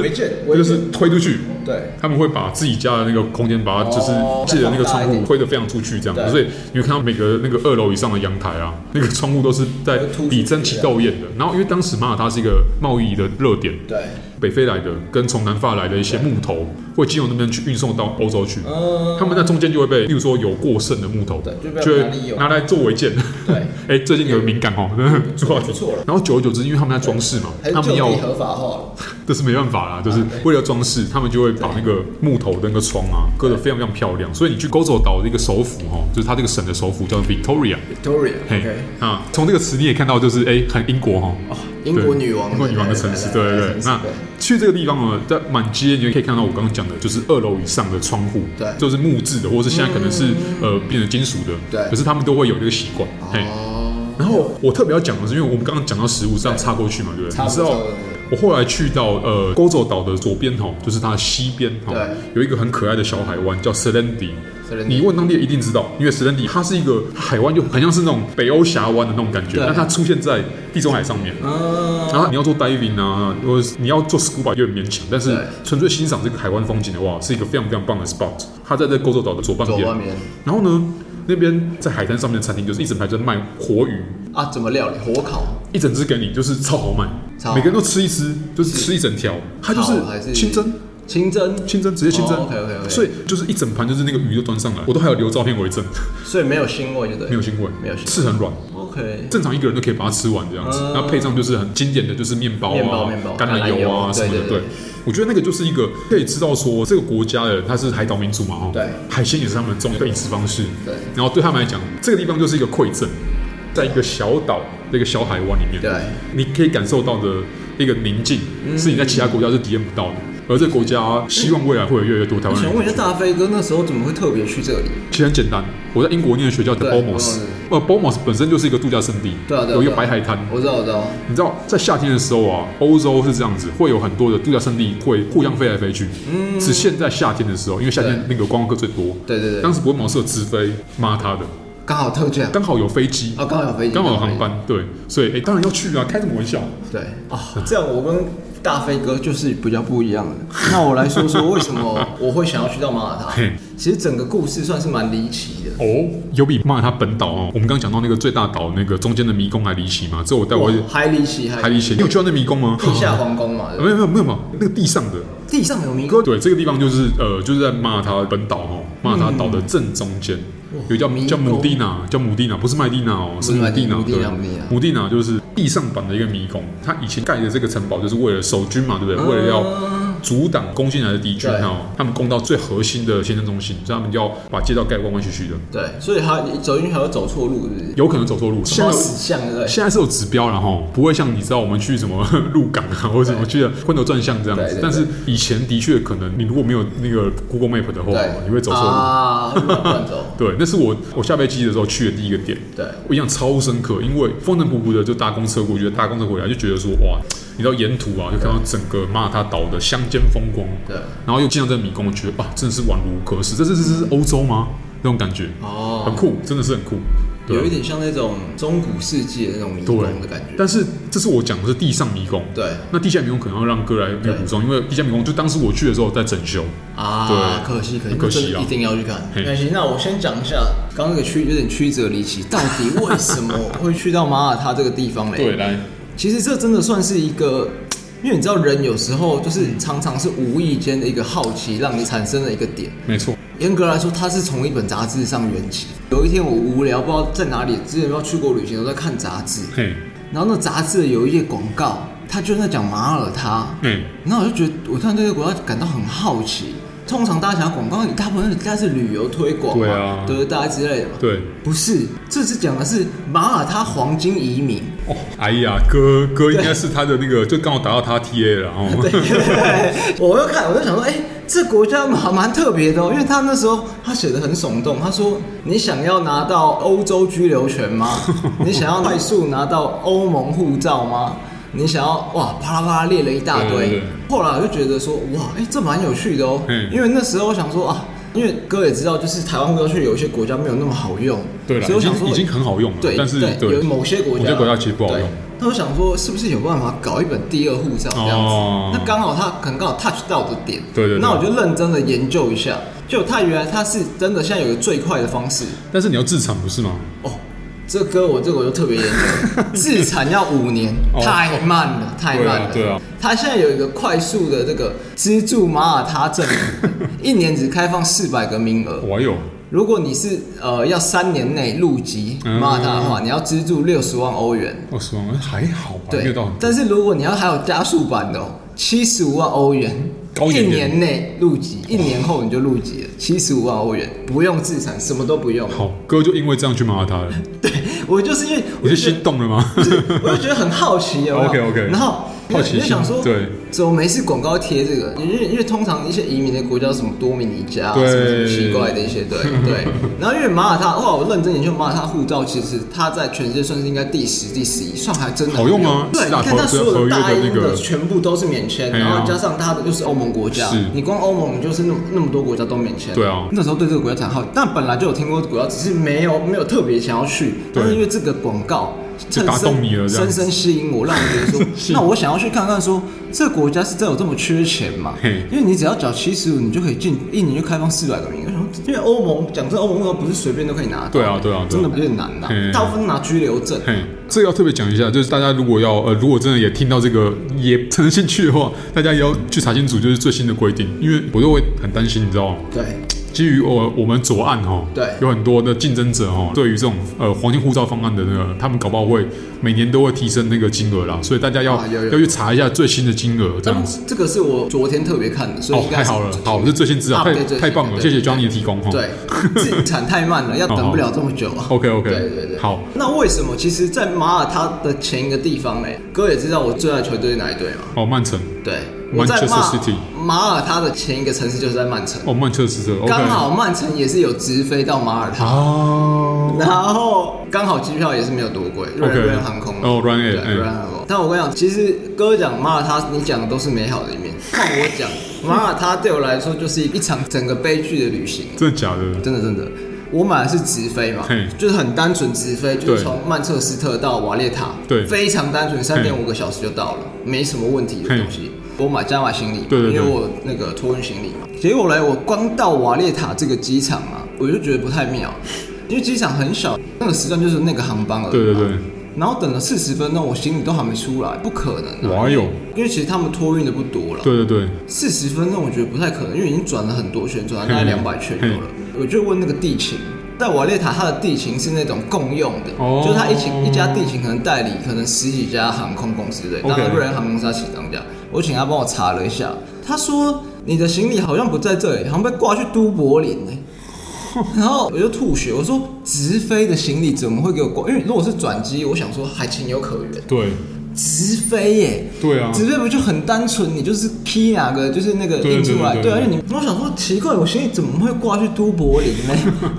[SPEAKER 2] 违建，
[SPEAKER 1] [LAUGHS]
[SPEAKER 2] 违
[SPEAKER 1] 就
[SPEAKER 2] 建
[SPEAKER 1] 是推出去，
[SPEAKER 2] 对，
[SPEAKER 1] 他们会把自己家的那个空间，把它就是
[SPEAKER 2] 哦
[SPEAKER 1] 借着那个窗
[SPEAKER 2] 放大一
[SPEAKER 1] 户
[SPEAKER 2] 点
[SPEAKER 1] 推得非常出去，这
[SPEAKER 2] 对
[SPEAKER 1] 样，所以你会看到每个那个二楼以上的阳台啊，那个窗户都是在
[SPEAKER 2] 突出去
[SPEAKER 1] 比争奇斗艳的。然后因为当时马耳他是一个贸易的热点，
[SPEAKER 2] 对，
[SPEAKER 1] 北非来的跟从南法来的一些木头会经由那边去运送到欧洲去，
[SPEAKER 2] 嗯，
[SPEAKER 1] 他们在中间就会被，例如说有过剩的木头
[SPEAKER 2] 对，就被
[SPEAKER 1] 就
[SPEAKER 2] 拿来利
[SPEAKER 1] 会
[SPEAKER 2] 用
[SPEAKER 1] 拿来做违建。
[SPEAKER 2] 对，
[SPEAKER 1] [LAUGHS] 哎，最近有敏感哦，这个话
[SPEAKER 2] 不
[SPEAKER 1] 题。
[SPEAKER 2] 错了，
[SPEAKER 1] [LAUGHS] 然后久而久之，因为他们在装饰嘛
[SPEAKER 2] 还，是
[SPEAKER 1] 他
[SPEAKER 2] 就
[SPEAKER 1] 们要
[SPEAKER 2] 地合啊法化了，
[SPEAKER 1] 这是没办法啦，就是为了装饰，他们就会把那个木头的那个窗啊割得非常非常漂亮。所以你去勾走岛的一个首府哦，就是它这个省的首府叫 Victoria，嘿
[SPEAKER 2] Victoria，OK，
[SPEAKER 1] 啊，从这个词你也看到就是哎，很英国哦。
[SPEAKER 2] 哦，英国女王，
[SPEAKER 1] 英国女王的城市，对对对。那
[SPEAKER 2] 对
[SPEAKER 1] 去这个地方呢，在满街你就可以看到我刚刚讲的，就是二楼以上的窗户，
[SPEAKER 2] 对嗯
[SPEAKER 1] 就是木质的，或是现在可能是呃变成金属的，
[SPEAKER 2] 对
[SPEAKER 1] 可是他们都会有这个习惯，嘿。
[SPEAKER 2] 哦，
[SPEAKER 1] 然后我特别要讲的是，因为我们刚刚讲到食物这样插过去嘛，对不对？
[SPEAKER 2] 插
[SPEAKER 1] 你
[SPEAKER 2] 不
[SPEAKER 1] 知道
[SPEAKER 2] 错
[SPEAKER 1] 我后来去到呃勾走岛的左边吼，就是它的西边吼
[SPEAKER 2] 对，
[SPEAKER 1] 有一个很可爱的小海湾叫 Selendi。
[SPEAKER 2] Selendi
[SPEAKER 1] 你问当地人一定知道，因为 Selendi 它是一个海湾，就很像是那种北欧峡湾的那种感觉，
[SPEAKER 2] 对
[SPEAKER 1] 但它出现在地中海上面。
[SPEAKER 2] 嗯，
[SPEAKER 1] 然后你要做 diving 啊，或者是你要做 scuba 有点勉强，但是
[SPEAKER 2] 对
[SPEAKER 1] 纯粹欣赏这个海湾风景的话，是一个非常非常棒的 spot。它在这勾洲岛的左半
[SPEAKER 2] 左
[SPEAKER 1] 边，
[SPEAKER 2] 半边
[SPEAKER 1] 然后呢，那边在海滩上面的餐厅就是一整排在卖活鱼，
[SPEAKER 2] 啊，怎么料理？火烤，
[SPEAKER 1] 一整只给你，就是超好卖
[SPEAKER 2] 超，好
[SPEAKER 1] 每个人都吃一只，就是吃一整条，它就
[SPEAKER 2] 烤还是
[SPEAKER 1] 是清蒸。
[SPEAKER 2] 清蒸，
[SPEAKER 1] 清蒸直接清蒸、
[SPEAKER 2] 哦，OK，OK，OK
[SPEAKER 1] 所以就是一整盘就是那个鱼就端上来，我都还有留照片为证，
[SPEAKER 2] 所以没有腥味，就对，
[SPEAKER 1] 没有腥味，
[SPEAKER 2] 没有腥味
[SPEAKER 1] 是很软，
[SPEAKER 2] ，OK，
[SPEAKER 1] 正常一个人都可以把它吃完这样子
[SPEAKER 2] 嗯。
[SPEAKER 1] 那、配上就是很经典的就是面包啊、
[SPEAKER 2] 面包面包
[SPEAKER 1] 橄榄
[SPEAKER 2] 橄榄
[SPEAKER 1] 油啊
[SPEAKER 2] 油
[SPEAKER 1] 什么的。
[SPEAKER 2] 对对对
[SPEAKER 1] 我觉得那个就是一个可以知道说这个国家的人他是海岛民族嘛，哈，
[SPEAKER 2] 对
[SPEAKER 1] 海鲜也是他们重要的饮食方式。
[SPEAKER 2] 对
[SPEAKER 1] 然后对他们来讲，这个地方就是一个馈赠，在一个小岛、一个小海湾里面，
[SPEAKER 2] 对，嗯
[SPEAKER 1] 你可以感受到的一个宁静，是你在其他国家是体验不到的。而这个国家希望未来会有越来越多台
[SPEAKER 2] 我
[SPEAKER 1] 湾人
[SPEAKER 2] 想
[SPEAKER 1] 过
[SPEAKER 2] 问
[SPEAKER 1] 去。
[SPEAKER 2] 一下，大飞哥那时候怎么会特别去这里？
[SPEAKER 1] 其实很简单，我在英国念的学校叫
[SPEAKER 2] 对嗯
[SPEAKER 1] Bomos，呃，Bomos 本身就是一个度假胜地，
[SPEAKER 2] 对啊，对啊，
[SPEAKER 1] 有一个
[SPEAKER 2] 对啊
[SPEAKER 1] 白海滩，
[SPEAKER 2] 我知道，我知道，
[SPEAKER 1] 你知道，在夏天的时候啊，欧洲是这样子，会有很多的度假胜地会互相飞来飞去。嗯，只限在夏天的时候，因为夏天那个观光客最多。
[SPEAKER 2] 对对对
[SPEAKER 1] 当，时博茅是有直飞马他的，
[SPEAKER 2] 刚好特价，
[SPEAKER 1] 刚好有飞机，
[SPEAKER 2] 哦，刚好有飞机，
[SPEAKER 1] 刚好有航，班，对，所以哎、当然要去啊，开什么玩笑？
[SPEAKER 2] 对啊，这样我跟大飞哥就是比较不一样的。那我来说说为什么我会想要去到马耳他
[SPEAKER 1] 嘿。
[SPEAKER 2] 其实整个故事算是蛮离奇的。
[SPEAKER 1] 哦，有比马耳他本岛哦，我们刚刚讲到那个最大岛那个中间的迷宫还离奇嘛，这我带我
[SPEAKER 2] 哇哦还离奇，还
[SPEAKER 1] 还离奇，嗯你有去到那迷宫吗？
[SPEAKER 2] 地
[SPEAKER 1] [LAUGHS]
[SPEAKER 2] 下皇宫嘛，对
[SPEAKER 1] 没
[SPEAKER 2] 不
[SPEAKER 1] 有
[SPEAKER 2] 对
[SPEAKER 1] 没有没有没有，那个地上的
[SPEAKER 2] 地上有迷宫，
[SPEAKER 1] 对，这个地方就是呃，就是在马耳他本岛哦，马耳他岛的正中间，有一个
[SPEAKER 2] 嗯迷
[SPEAKER 1] 叫
[SPEAKER 2] 宫
[SPEAKER 1] 叫姆蒂娜，叫姆蒂娜，不是麦地那哦，是
[SPEAKER 2] 不是
[SPEAKER 1] 姆
[SPEAKER 2] 麦
[SPEAKER 1] 蒂
[SPEAKER 2] 地
[SPEAKER 1] 娜，
[SPEAKER 2] 姆蒂
[SPEAKER 1] 对
[SPEAKER 2] 娜姆蒂娜，
[SPEAKER 1] 姆蒂娜就是地上版的一个迷宫。它以前盖的这个城堡就是为了守军嘛，对不对？为了要阻挡攻进来的敌军
[SPEAKER 2] 啊对
[SPEAKER 1] 哦，他们攻到最核心的行政中心，所以他们要把街道盖弯弯曲曲的，
[SPEAKER 2] 对，所以他走进去还会走错路，是不是？
[SPEAKER 1] 有可能走错路。现
[SPEAKER 2] 像
[SPEAKER 1] 在
[SPEAKER 2] 死相，对不对？
[SPEAKER 1] 现在是有指标了哈，不会像你知道我们去什么 [LAUGHS] 鹿港啊，或者什么去的昏头转向这样
[SPEAKER 2] 对
[SPEAKER 1] 子
[SPEAKER 2] 对。
[SPEAKER 1] 但是以前的确可能，你如果没有那个 Google Map 的话
[SPEAKER 2] 对，，
[SPEAKER 1] 你会走错路。，
[SPEAKER 2] 啊，会乱乱走
[SPEAKER 1] 对，那是我我下飞机的时候去的第一个点，
[SPEAKER 2] 对
[SPEAKER 1] 我印象超深刻，因为风尘仆仆的就搭公车过去，搭公车回来就觉得说哇，你知道沿途啊就看到整个马耳他岛的乡间风光，
[SPEAKER 2] 对，
[SPEAKER 1] 然后又进到这个迷宫，我觉得啊真的是宛如隔世，这这这这是欧洲吗？那种感觉，
[SPEAKER 2] 哦
[SPEAKER 1] 很酷，真的是很酷，对啊
[SPEAKER 2] 有一点像那种中古世纪的那种迷
[SPEAKER 1] 对
[SPEAKER 2] 宫的感觉。
[SPEAKER 1] 但是这是我讲的是地上迷宫，
[SPEAKER 2] 对
[SPEAKER 1] 那地下迷宫可能要让哥来那个补充，因为地下迷宫就当时我去的时候在整修，
[SPEAKER 2] 啊，
[SPEAKER 1] 对
[SPEAKER 2] 可惜可惜，
[SPEAKER 1] 很可惜啊
[SPEAKER 2] 那真的一定要去看。
[SPEAKER 1] 嘿
[SPEAKER 2] 没关系，那我先讲一下刚刚那个曲有点曲折离奇，到底为什么会去到马耳他这个地方嘞？，
[SPEAKER 1] 来，
[SPEAKER 2] 其实这真的算是一个。因为你知道，人有时候就是常常是无意间的一个好奇，让你产生了一个点。
[SPEAKER 1] 没错，
[SPEAKER 2] 严格来说，它是从一本杂志上缘起。有一天我无聊，不知道在哪里，之前不知道去过旅行，我在看杂志，
[SPEAKER 1] 嘿，
[SPEAKER 2] 然后那杂志有一页广告，它就在讲马耳他，
[SPEAKER 1] 嘿，
[SPEAKER 2] 然后我就觉得我突然对这个国家感到很好奇。通常大家想要广告，大部分应该是旅游推广嘛，
[SPEAKER 1] 对啊
[SPEAKER 2] 对不对？大家之类的嘛。
[SPEAKER 1] 对，
[SPEAKER 2] 不是，这次讲的是马耳他黄金移民，
[SPEAKER 1] 哦，哎呀，哥哥应该是他的那个，就刚好打到他 TA 了
[SPEAKER 2] [LAUGHS]
[SPEAKER 1] 哦，
[SPEAKER 2] 我要看，我就想说，哎、这国家蛮蛮特别的哦，因为他那时候他写的很耸动，他说你想要拿到欧洲居留权吗？你想要快速拿到欧盟护照吗？你想要哇啪啦啪啦列了一大堆，
[SPEAKER 1] 对对对
[SPEAKER 2] 后来我就觉得说哇，哎、这蛮有趣的哦
[SPEAKER 1] 嗯，
[SPEAKER 2] 因为那时候我想说啊。因为哥也知道，就是台湾护照去有一些国家没有那么好用，
[SPEAKER 1] 对了，
[SPEAKER 2] 所以
[SPEAKER 1] 已
[SPEAKER 2] 我想
[SPEAKER 1] 经
[SPEAKER 2] 说
[SPEAKER 1] 已经很好用了，
[SPEAKER 2] 对，
[SPEAKER 1] 但是
[SPEAKER 2] 对有某些国家，
[SPEAKER 1] 某些国家其实不好
[SPEAKER 2] 对
[SPEAKER 1] 用。
[SPEAKER 2] 那我想说，是不是有办法搞一本第二护照这样子？
[SPEAKER 1] 哦
[SPEAKER 2] 那刚好他可能刚好 touch 到我的点，
[SPEAKER 1] 对对对
[SPEAKER 2] 那我就认真的研究一下，就他原来他是真的现在有个最快的方式
[SPEAKER 1] 但是你要自产不是吗？
[SPEAKER 2] 哦。这歌我这个我就特别
[SPEAKER 1] [LAUGHS]
[SPEAKER 2] 研究，自产要五年
[SPEAKER 1] 哦，
[SPEAKER 2] 太慢了，太慢了。
[SPEAKER 1] 对啊对啊
[SPEAKER 2] 他现在有一个快速的这个资助马耳他政
[SPEAKER 1] [LAUGHS]
[SPEAKER 2] 府，一年只开放四百个名额。
[SPEAKER 1] 我还有，
[SPEAKER 2] 如果你是呃要三年内入籍
[SPEAKER 1] 嗯
[SPEAKER 2] 马耳他的话，你要资助六十万欧元。
[SPEAKER 1] 二十万还好吧，没有
[SPEAKER 2] 对
[SPEAKER 1] 到很，多
[SPEAKER 2] 但是如果你要还有加速版的、哦，七十五万欧元，
[SPEAKER 1] 高一
[SPEAKER 2] 一
[SPEAKER 1] 点点
[SPEAKER 2] 年内入籍，一年后你就入籍了，七十五万欧元，不用自产，什么都不用。
[SPEAKER 1] 好哥就因为这样去骂他
[SPEAKER 2] [LAUGHS]
[SPEAKER 1] 了，
[SPEAKER 2] 对我就是因为我
[SPEAKER 1] 你是
[SPEAKER 2] 就觉得
[SPEAKER 1] 心动了吗？
[SPEAKER 2] [LAUGHS] 我就觉得很好奇有没有
[SPEAKER 1] OK，OK
[SPEAKER 2] 然后
[SPEAKER 1] 好奇心
[SPEAKER 2] 我就想说，
[SPEAKER 1] 对，
[SPEAKER 2] 怎么没事广告贴这个？因为因为通常一些移民的国家，什么多米尼加啊，
[SPEAKER 1] 对
[SPEAKER 2] 什么什么奇怪的一些，
[SPEAKER 1] [LAUGHS]
[SPEAKER 2] 对对。然后因为马耳他，哇，我认真研究马耳他护照，其实它在全世界算是应该第十、第十一，算还真的
[SPEAKER 1] 好用啊
[SPEAKER 2] 对，
[SPEAKER 1] 四
[SPEAKER 2] 你
[SPEAKER 1] 大
[SPEAKER 2] 看它
[SPEAKER 1] 合
[SPEAKER 2] 所有
[SPEAKER 1] 合约
[SPEAKER 2] 的
[SPEAKER 1] 的
[SPEAKER 2] 大
[SPEAKER 1] 那
[SPEAKER 2] 英
[SPEAKER 1] 个
[SPEAKER 2] 的全部都是免签，
[SPEAKER 1] 哎呀
[SPEAKER 2] 然后加上它的就是欧盟国家
[SPEAKER 1] 是，
[SPEAKER 2] 你光欧盟就是那么那么多国家都免签，
[SPEAKER 1] 对啊
[SPEAKER 2] 那时候对这个国家很好，但本来就有听过这个国家，只是没有没有特别想要去，但是
[SPEAKER 1] 对
[SPEAKER 2] 因为这个广告。
[SPEAKER 1] 就打动你了这样
[SPEAKER 2] 深
[SPEAKER 1] 子
[SPEAKER 2] 深吸引我，让我觉得说
[SPEAKER 1] [LAUGHS] 是，
[SPEAKER 2] 那我想要去看看说，这个国家是真有这么缺钱嘛
[SPEAKER 1] 嘿？
[SPEAKER 2] 因为你只要缴七十五，你就可以进一年就开放四百个名额。我想因为欧盟讲真，欧盟护照不是随便都可以拿到的，
[SPEAKER 1] 对啊对啊对啊
[SPEAKER 2] 真的有点难呐
[SPEAKER 1] 嘿。
[SPEAKER 2] 大部分拿居留证，
[SPEAKER 1] 嘿，这个要特别讲一下，就是大家如果要呃，如果真的也听到这个也产生兴趣的话，大家也要去查清楚，就是最新的规定，因为我就会很担心，你知道吗？
[SPEAKER 2] 对
[SPEAKER 1] 基于呃我我们左岸哦，
[SPEAKER 2] 对
[SPEAKER 1] 有很多的竞争者哦，对于这种呃黄金护照方案的那个，他们搞不好会每年都会提升那个金额啦，所以大家要、
[SPEAKER 2] 啊有有
[SPEAKER 1] 要去查一下最新的金额这样子。
[SPEAKER 2] 这个是我昨天特别看的，所以
[SPEAKER 1] 哦
[SPEAKER 2] 应，该
[SPEAKER 1] 太
[SPEAKER 2] 嗯是
[SPEAKER 1] 好了，好，这最新资料太
[SPEAKER 2] update 最新
[SPEAKER 1] 太棒了，
[SPEAKER 2] 对
[SPEAKER 1] 谢谢 Johnny 哦的提供哈。
[SPEAKER 2] 对，自产太慢
[SPEAKER 1] [LAUGHS]
[SPEAKER 2] 了，要等不了这么久啊。
[SPEAKER 1] ，OK OK，
[SPEAKER 2] 对对对，
[SPEAKER 1] 好，。
[SPEAKER 2] 那为什么其实，在马耳他的前一个地方呢？哎哥也知道我最爱球队是哪一队嘛？
[SPEAKER 1] 哦，曼城，
[SPEAKER 2] 对，我在
[SPEAKER 1] Manchester
[SPEAKER 2] 马
[SPEAKER 1] City
[SPEAKER 2] 马耳他的前一个城市就是在曼城，
[SPEAKER 1] 哦，曼彻斯特，
[SPEAKER 2] 刚好曼城也是有直飞到马耳他，
[SPEAKER 1] 哦，
[SPEAKER 2] 然后刚好机票也是没有多贵，瑞
[SPEAKER 1] OK
[SPEAKER 2] 瑞安航空嘛
[SPEAKER 1] 哦，Ryanair，
[SPEAKER 2] 对
[SPEAKER 1] 哎
[SPEAKER 2] 瑞安航空。但我跟你讲，其实哥讲马耳他，你讲的都是美好的一面，换我讲马耳他对我来说就是一场整个悲剧的旅行。
[SPEAKER 1] 真的假的？
[SPEAKER 2] 真的真的，我买的是直飞嘛
[SPEAKER 1] 嘿，
[SPEAKER 2] 就是很单纯直飞，就
[SPEAKER 1] 对
[SPEAKER 2] 是从曼彻斯特到瓦列塔，
[SPEAKER 1] 对
[SPEAKER 2] 非常单纯，三点五个小时就到了，没什么问题的东西。我买加买行李嘛，
[SPEAKER 1] 对对对
[SPEAKER 2] 因为我有那个托运行李嘛。结果嘞，我光到瓦列塔这个机场啊，我就觉得不太妙，因为机场很小，那个时段就是那个航班而已嘛。
[SPEAKER 1] 对对对，
[SPEAKER 2] 然后等了四十分钟，我行李都还没出来，不可能、啊。
[SPEAKER 1] 哇哟，
[SPEAKER 2] 因为其实他们托运的不多了，
[SPEAKER 1] 对对对，
[SPEAKER 2] 四十分钟我觉得不太可能，因为已经转了很多圈，转了大概
[SPEAKER 1] 嗯
[SPEAKER 2] 两百圈有了。我就问那个地勤，在瓦列塔它的地勤是那种共用的，
[SPEAKER 1] 哦
[SPEAKER 2] 就是它一起一家地勤可能代理可能十几家航空公司之类，
[SPEAKER 1] OK
[SPEAKER 2] 当然瑞安航空公司它其当家。我请他帮我查了一下，他说你的行李好像不在这里，好像被挂去都柏林呢、 [LAUGHS] 然后我就吐血，我说直飞的行李怎么会给我挂？因为如果是转机，我想说还情有可原。
[SPEAKER 1] 对
[SPEAKER 2] 直飞耶、
[SPEAKER 1] 对啊，
[SPEAKER 2] 直飞不就很单纯，你就是 key 哪个就是那个
[SPEAKER 1] 对
[SPEAKER 2] 印出来，
[SPEAKER 1] 对对对
[SPEAKER 2] 对啊，因为你我想说奇怪，我行李怎么会挂去都柏林呢？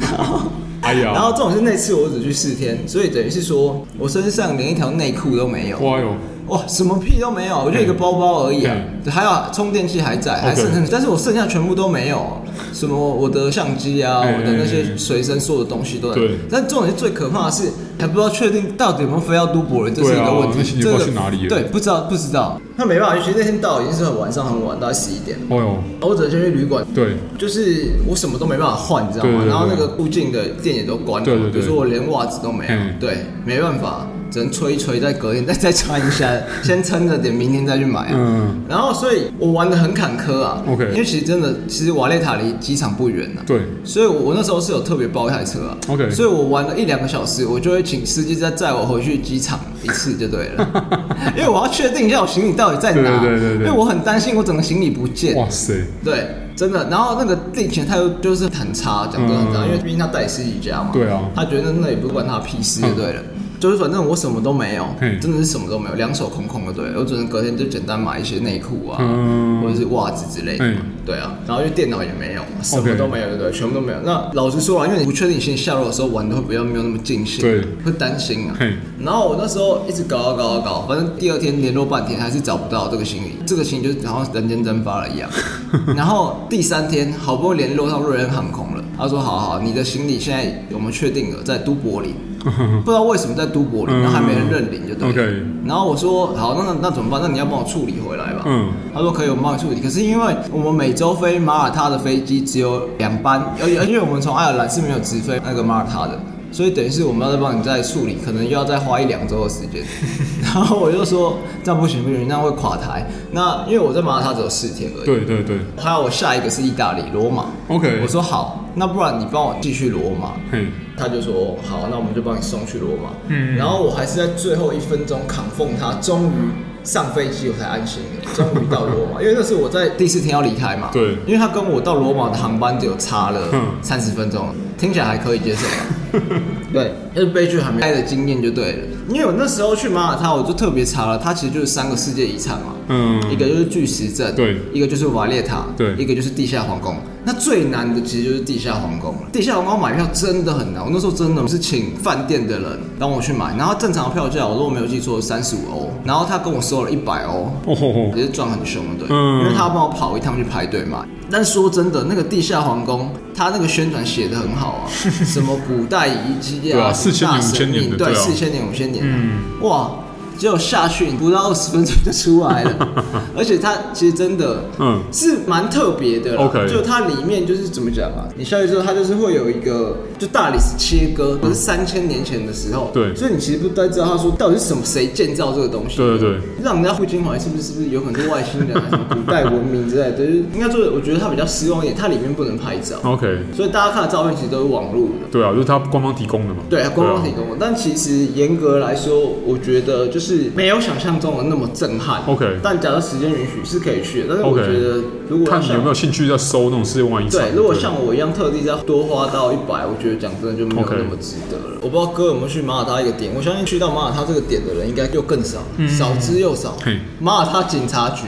[SPEAKER 1] [LAUGHS]
[SPEAKER 2] 然后
[SPEAKER 1] 哎呀
[SPEAKER 2] 然后这种是那次我只去四天，所以等于是说我身上连一条内裤都没有，
[SPEAKER 1] 哇哟，
[SPEAKER 2] 哇，什么屁都没有，我就一个包包而已啊，还有充电器还在，
[SPEAKER 1] 嗯
[SPEAKER 2] 还
[SPEAKER 1] OK
[SPEAKER 2] 剩剩，但是我剩下全部都没有啊，什么我的相机啊，
[SPEAKER 1] 哎
[SPEAKER 2] 我的那
[SPEAKER 1] 哎哎
[SPEAKER 2] 些随身所有的东西都在
[SPEAKER 1] 对。
[SPEAKER 2] 但重点是最可怕的是，还不知道确定到底有没有飞到都柏林，这是一
[SPEAKER 1] 对
[SPEAKER 2] 个
[SPEAKER 1] 啊
[SPEAKER 2] 问
[SPEAKER 1] 那行
[SPEAKER 2] 题。
[SPEAKER 1] 李不
[SPEAKER 2] 这
[SPEAKER 1] 知
[SPEAKER 2] 个
[SPEAKER 1] 道去哪里了
[SPEAKER 2] 对，不知道不知道。那没办法，其实那天到已经是很晚上很晚，大概十一点了。
[SPEAKER 1] 哇哟，
[SPEAKER 2] 我只能先去旅馆
[SPEAKER 1] 对，
[SPEAKER 2] 就是我什么都没办法换，你知道
[SPEAKER 1] 对对
[SPEAKER 2] 吗？
[SPEAKER 1] 对
[SPEAKER 2] 然后那个附近的店也都关了，
[SPEAKER 1] 对对对
[SPEAKER 2] 就是我连袜子都没有
[SPEAKER 1] 嗯，
[SPEAKER 2] 对，没办法，只能吹一吹，再隔天 [LAUGHS] 再再穿一
[SPEAKER 1] [LAUGHS]
[SPEAKER 2] 下，先撑着点，明天再去买啊。
[SPEAKER 1] 嗯
[SPEAKER 2] 然后所以我玩的很坎坷啊
[SPEAKER 1] OK
[SPEAKER 2] 因为其实真的，其实瓦列塔离机场不远啊。
[SPEAKER 1] 对，
[SPEAKER 2] 所以我，我那时候是有特别包一台车啊
[SPEAKER 1] OK
[SPEAKER 2] 所以我玩了一两个小时，我就会请司机再载我回去机场一次就对了，
[SPEAKER 1] [LAUGHS]
[SPEAKER 2] 因为我要确定一下我行李到底在哪，
[SPEAKER 1] 对对对对对
[SPEAKER 2] 因为我很担心我整个行李不见，
[SPEAKER 1] 哇塞， [LAUGHS]
[SPEAKER 2] 对，真的。然后那个地勤态度就是很差，讲真的很差，
[SPEAKER 1] 嗯
[SPEAKER 2] 因为毕竟他代理十几家嘛。
[SPEAKER 1] 对啊
[SPEAKER 2] 他觉得那也不关他屁事就对了。就是反正我什么都没有
[SPEAKER 1] 嘿，
[SPEAKER 2] 真的是什么都没有，两手空空的，对我只能隔天就简单买一些内裤啊，
[SPEAKER 1] 嗯
[SPEAKER 2] 或者是袜子之类的嘛
[SPEAKER 1] 嗯，
[SPEAKER 2] 对啊，然后就电脑也没有，什么都没有，对不对，全部都没有。那老实说啊，因为你不确定性下落的时候玩的会比较没有那么尽兴，
[SPEAKER 1] 对
[SPEAKER 2] 会担心啊
[SPEAKER 1] 嘿。
[SPEAKER 2] 然后我那时候一直搞啊搞啊搞，反正第二天联络半天还是找不到这个行李，这个行李就是好像人间蒸发了一样。然后第三天好不容易联络上瑞安航空了，他说好好，你的行李现在我们确定了在都柏林。不知道为什么在都柏林，然后还没人认领，就对
[SPEAKER 1] 嗯
[SPEAKER 2] 了。
[SPEAKER 1] OK
[SPEAKER 2] 然后我说好，那那那怎么办？那你要帮我处理回来吧。
[SPEAKER 1] 嗯
[SPEAKER 2] 他说可以，我们帮你处理。可是因为我们每周飞马耳他的飞机只有两班，而且而且我们从爱尔兰是没有直飞那个马耳他的，所以等于是我们要再帮你再处理，可能又要再花一两周的时
[SPEAKER 1] [LAUGHS]
[SPEAKER 2] 间。然后我就说这样不行不行，那样会垮台。那因为我在马耳他只有四天而已。。
[SPEAKER 1] 对对对
[SPEAKER 2] 还有我下一个是意大利罗马。
[SPEAKER 1] ，OK，
[SPEAKER 2] 我说好，那不然你帮我继续罗马。
[SPEAKER 1] 嘿，
[SPEAKER 2] 他就说好，那我们就帮你送去罗马。
[SPEAKER 1] 嗯
[SPEAKER 2] 嗯，然后我还是在最后一分钟扛奉他，终于上飞机我才安心了，终于到罗 [LAUGHS] 马，因为那是我在第四天要离开嘛。
[SPEAKER 1] 对
[SPEAKER 2] 因为他跟我到罗马的航班只有差了
[SPEAKER 1] 嗯
[SPEAKER 2] 三十分钟，听起来还可以接 [LAUGHS] 受啊。对，那悲剧还没开的经验就对了。因为我那时候去马耳他，我就特别查了，它其实就是三个世界遗产嘛。
[SPEAKER 1] 嗯，
[SPEAKER 2] 一个就是巨石阵，
[SPEAKER 1] 对
[SPEAKER 2] 一个就是瓦列塔，
[SPEAKER 1] 对
[SPEAKER 2] 一个就是地下皇宫。那最难的其实就是地下皇宫了。地下皇宫买票真的很难，我那时候真的是请饭店的人帮我去买，然后正常票价我如果没有记错三十五欧，然后他跟我收了一百欧，
[SPEAKER 1] 哦吼吼
[SPEAKER 2] 也是赚很凶的，对，
[SPEAKER 1] 嗯
[SPEAKER 2] 因为他要帮我跑一趟去排队嘛。但说真的，那个地下皇宫，他那个宣传写的很
[SPEAKER 1] [LAUGHS]
[SPEAKER 2] 好啊，什么古代遗迹
[SPEAKER 1] 对啊
[SPEAKER 2] 啊，
[SPEAKER 1] 4000年
[SPEAKER 2] 大神
[SPEAKER 1] 5000年的
[SPEAKER 2] 印
[SPEAKER 1] 对
[SPEAKER 2] 对，
[SPEAKER 1] 啊
[SPEAKER 2] 四千年、五千年，
[SPEAKER 1] 嗯
[SPEAKER 2] 哇，结果下去不到二十分钟就出
[SPEAKER 1] [LAUGHS]
[SPEAKER 2] 来了，而且它其实真的，
[SPEAKER 1] 嗯
[SPEAKER 2] 是蛮特别的啦
[SPEAKER 1] OK
[SPEAKER 2] 就它里面就是怎么讲啊，你下去之后，它就是会有一个就大理石切割，可是三千年前的时候，
[SPEAKER 1] 嗯对
[SPEAKER 2] 所以你其实不太知道他说到底是什么谁建造这个东西，
[SPEAKER 1] 对对对。
[SPEAKER 2] 让人家会心怀是不是是不是有可能是外星人啊，什么古代文明之类的，就是应该说，我觉得它比较失望一点，它里面不能拍照，
[SPEAKER 1] ，OK，
[SPEAKER 2] 所以大家看的照片其实都是网络的。
[SPEAKER 1] 对啊，就是他官方提供的嘛，
[SPEAKER 2] 对，官方
[SPEAKER 1] 啊
[SPEAKER 2] 提供的，但其实严格来说，我觉得就是没有想象中的那么震撼。
[SPEAKER 1] OK
[SPEAKER 2] 但假如时间允许是可以去的，但是我
[SPEAKER 1] OK
[SPEAKER 2] 觉得如果要
[SPEAKER 1] 看你有
[SPEAKER 2] 像
[SPEAKER 1] 没有兴趣要收那种世界文化遗产。
[SPEAKER 2] 对，如果像我一样特地再多花到一百，我觉得讲真的就没有
[SPEAKER 1] OK
[SPEAKER 2] 那么值得了。我不知道哥有没有去马耳他一个点，我相信去到马耳他这个点的人应该就更少，少之又少
[SPEAKER 1] 嘿。
[SPEAKER 2] 马耳他警察局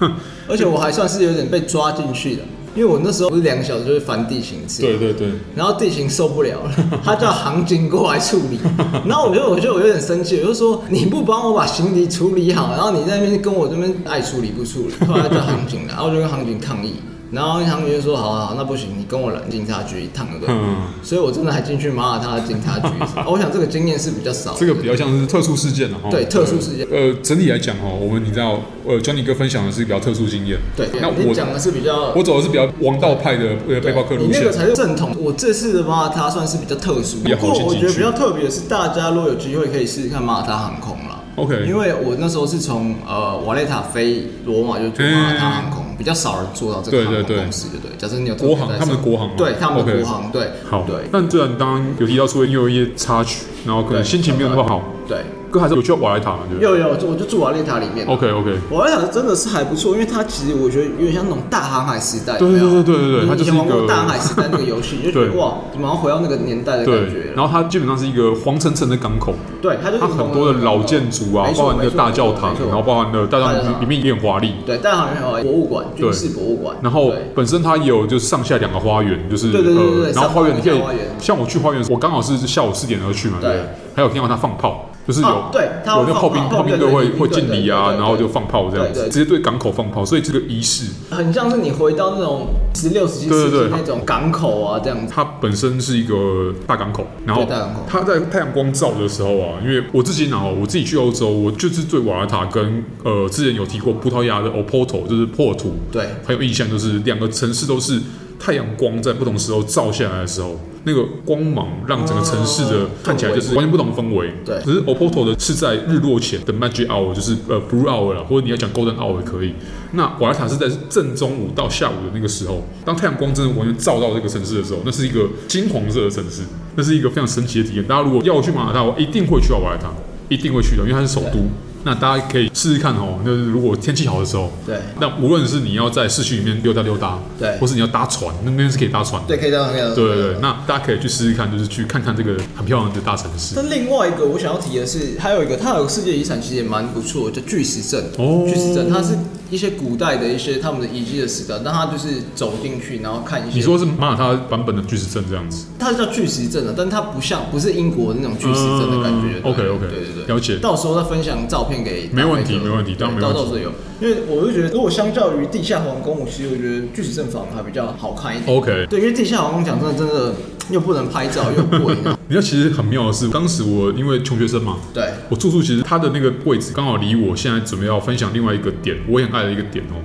[SPEAKER 2] 啊，
[SPEAKER 1] [LAUGHS]
[SPEAKER 2] 而且我还算是有点被抓进去的，因为我那时候不是两个小时就会翻地形一次，
[SPEAKER 1] 对对对，
[SPEAKER 2] 然后地形受不了 [LAUGHS] 了，他叫航警过来处理。然后我就我就我有点生气，我就说你不帮我把行李处理好，然后你在那边跟我这边爱处理不
[SPEAKER 1] [LAUGHS]
[SPEAKER 2] 处理。后来叫航警来，然后我就跟航警抗议，然后航警就说好好好，那不行，你跟我来警察局一趟，对不对？
[SPEAKER 1] 嗯
[SPEAKER 2] 所以我真的还进去马耳他的警察局一次，
[SPEAKER 1] [LAUGHS]
[SPEAKER 2] 哦我想这个经验是比较少的。
[SPEAKER 1] 这个比较像是特殊事件啊了哈。
[SPEAKER 2] 对特殊事件
[SPEAKER 1] 呃，整体来讲哈，我们你知道，呃，Johnny 哥分享的是比较特殊经验。
[SPEAKER 2] 对，
[SPEAKER 1] 那
[SPEAKER 2] 你讲
[SPEAKER 1] 我
[SPEAKER 2] 的是比较
[SPEAKER 1] 我走的是比较王道派的呃背包客
[SPEAKER 2] 你
[SPEAKER 1] 路
[SPEAKER 2] 那
[SPEAKER 1] 线
[SPEAKER 2] 个。才是正统。我这次的马耳他算是比较特殊，
[SPEAKER 1] 比较
[SPEAKER 2] 不
[SPEAKER 1] 好
[SPEAKER 2] 过我
[SPEAKER 1] 进
[SPEAKER 2] 觉得
[SPEAKER 1] 去
[SPEAKER 2] 比较特别的是，大家如果有机会可以试试看马耳他航空啦。
[SPEAKER 1] OK
[SPEAKER 2] 因为我那时候是从呃瓦雷塔飞罗马，就坐马耳他航空，比较少人做到这
[SPEAKER 1] 对嗯
[SPEAKER 2] 个
[SPEAKER 1] 对
[SPEAKER 2] 航空
[SPEAKER 1] 对
[SPEAKER 2] 公司，对对。假设你有特
[SPEAKER 1] 国
[SPEAKER 2] 别
[SPEAKER 1] 航
[SPEAKER 2] 在
[SPEAKER 1] 他们的
[SPEAKER 2] 上
[SPEAKER 1] 国航吗
[SPEAKER 2] 对他们的
[SPEAKER 1] OK
[SPEAKER 2] 国航，对，
[SPEAKER 1] 好，
[SPEAKER 2] 对
[SPEAKER 1] 但虽然刚刚有提到说又有一些插曲，然后可能
[SPEAKER 2] 对
[SPEAKER 1] 心情没有那么好，
[SPEAKER 2] 对。
[SPEAKER 1] 哥还是有去到瓦莱塔嘛，对不对
[SPEAKER 2] 有有，我就住瓦雷塔里面。
[SPEAKER 1] ？OK OK，
[SPEAKER 2] 瓦雷塔真的是还不错，因为它其实我觉得有点像那种大航海时代。
[SPEAKER 1] 对
[SPEAKER 2] 有没
[SPEAKER 1] 对
[SPEAKER 2] 有
[SPEAKER 1] 对对对对
[SPEAKER 2] 你
[SPEAKER 1] 它就是
[SPEAKER 2] 以前玩
[SPEAKER 1] 一个
[SPEAKER 2] 过大航海时代那个游戏，你就觉
[SPEAKER 1] 对
[SPEAKER 2] 得哇，怎么好像回到那个年代的感觉
[SPEAKER 1] 对
[SPEAKER 2] 了。，
[SPEAKER 1] 然后它基本上是一个黄澄澄的港口，
[SPEAKER 2] 对，它就是
[SPEAKER 1] 它很多的老建筑啊
[SPEAKER 2] 没，错
[SPEAKER 1] 包含那
[SPEAKER 2] 没
[SPEAKER 1] 个
[SPEAKER 2] 错
[SPEAKER 1] 大教堂
[SPEAKER 2] 没，错
[SPEAKER 1] 然后包含了大教
[SPEAKER 2] 大教
[SPEAKER 1] 堂
[SPEAKER 2] 堂
[SPEAKER 1] 里面也很华丽，
[SPEAKER 2] 对，但好像有博物馆，
[SPEAKER 1] 对
[SPEAKER 2] 军事博物馆，
[SPEAKER 1] 然后
[SPEAKER 2] 对
[SPEAKER 1] 本身它也有就是上下两个花园，就是
[SPEAKER 2] 对对对对
[SPEAKER 1] 呃，
[SPEAKER 2] 对
[SPEAKER 1] 然后花园你可以
[SPEAKER 2] 上下花园
[SPEAKER 1] 像我去花园，我刚好是下午四点而去嘛，对
[SPEAKER 2] 对
[SPEAKER 1] 不对，还有听到它放炮，就是有
[SPEAKER 2] 啊对它
[SPEAKER 1] 有
[SPEAKER 2] 会
[SPEAKER 1] 那个炮
[SPEAKER 2] 放
[SPEAKER 1] 兵
[SPEAKER 2] 炮
[SPEAKER 1] 炮兵
[SPEAKER 2] 对
[SPEAKER 1] 队
[SPEAKER 2] 对
[SPEAKER 1] 会
[SPEAKER 2] 对
[SPEAKER 1] 会
[SPEAKER 2] 对
[SPEAKER 1] 敬
[SPEAKER 2] 对
[SPEAKER 1] 礼
[SPEAKER 2] 对
[SPEAKER 1] 啊，
[SPEAKER 2] 对
[SPEAKER 1] 然后
[SPEAKER 2] 对
[SPEAKER 1] 就放炮这样子，
[SPEAKER 2] 对对
[SPEAKER 1] 直接对港口放炮，所以这个仪式
[SPEAKER 2] 很像是你回到那种十六、十七
[SPEAKER 1] 对
[SPEAKER 2] 世
[SPEAKER 1] 对
[SPEAKER 2] 纪
[SPEAKER 1] 对
[SPEAKER 2] 那种港口啊，这样子。
[SPEAKER 1] 它本身是一个大港口，然后
[SPEAKER 2] 对大港口
[SPEAKER 1] 它在太阳光照的时候啊，因为我自己拿哦，我自己去欧洲，我就是对瓦拉塔跟呃之前有提过葡萄牙的 Oporto，就是破土，
[SPEAKER 2] 对
[SPEAKER 1] 很有印象，就是两个城市都是太阳光在不同时候照下来的时候，那个光芒让整个城市的、
[SPEAKER 2] 哦
[SPEAKER 1] 看起来就是完全不同的氛围。
[SPEAKER 2] 对
[SPEAKER 1] 可是 Oporto 的是在日落前的 Magic Hour，就是呃 Blue Hour 啦，或者你要讲 Golden Hour 也可以。那瓦拉塔是在正中午到下午的那个时候，当太阳光真的完全照到这个城市的时候，那是一个金黄色的城市，那是一个非常神奇的体验。大家如果要去马耳他，我一定会去到瓦拉塔，一定会去的，因为它是首都。那大家可以试试看哦，就是如果天气好的时候，
[SPEAKER 2] 对
[SPEAKER 1] 那无论是你要在市区里面溜达溜达，
[SPEAKER 2] 对
[SPEAKER 1] 或是你要搭船，那边是可以搭船的，
[SPEAKER 2] 对，可以这样，可以这样。
[SPEAKER 1] 对对对，那大家可以去试试看，就是去看看这个很漂亮的大城市。
[SPEAKER 2] 但另外一个我想要提的是，还有一个它有个世界遗产，其实也蛮不错，叫巨石阵。
[SPEAKER 1] 哦
[SPEAKER 2] 巨石阵它是一些古代的一些他们的遗迹的时代，但它就是走进去然后看一些。
[SPEAKER 1] 你说是马耳他版本的巨石阵这样子？
[SPEAKER 2] 它是叫巨石阵的，啊但它不像不是英国那种巨石阵的感觉。
[SPEAKER 1] 嗯
[SPEAKER 2] 对
[SPEAKER 1] OK，OK，
[SPEAKER 2] 对对对，
[SPEAKER 1] 了解
[SPEAKER 2] 到时候再分享照片给
[SPEAKER 1] 没问题
[SPEAKER 2] 大家
[SPEAKER 1] 没问题
[SPEAKER 2] 对
[SPEAKER 1] 当然没
[SPEAKER 2] 到
[SPEAKER 1] 问题
[SPEAKER 2] 到时候有，因为我就觉得，如果相较于地下皇宫，我其实我觉得巨石阵反而还比较好看一点。
[SPEAKER 1] OK
[SPEAKER 2] 对，因为地下皇宫讲真的，真的又不能拍照又贵，啊 [LAUGHS]
[SPEAKER 1] 你知道其实很妙的是，当时我因为穷学生嘛，
[SPEAKER 2] 对。
[SPEAKER 1] 我住宿其实它的那个位置刚好离我现在准备要分享另外一个点，我也很爱的一个点哦。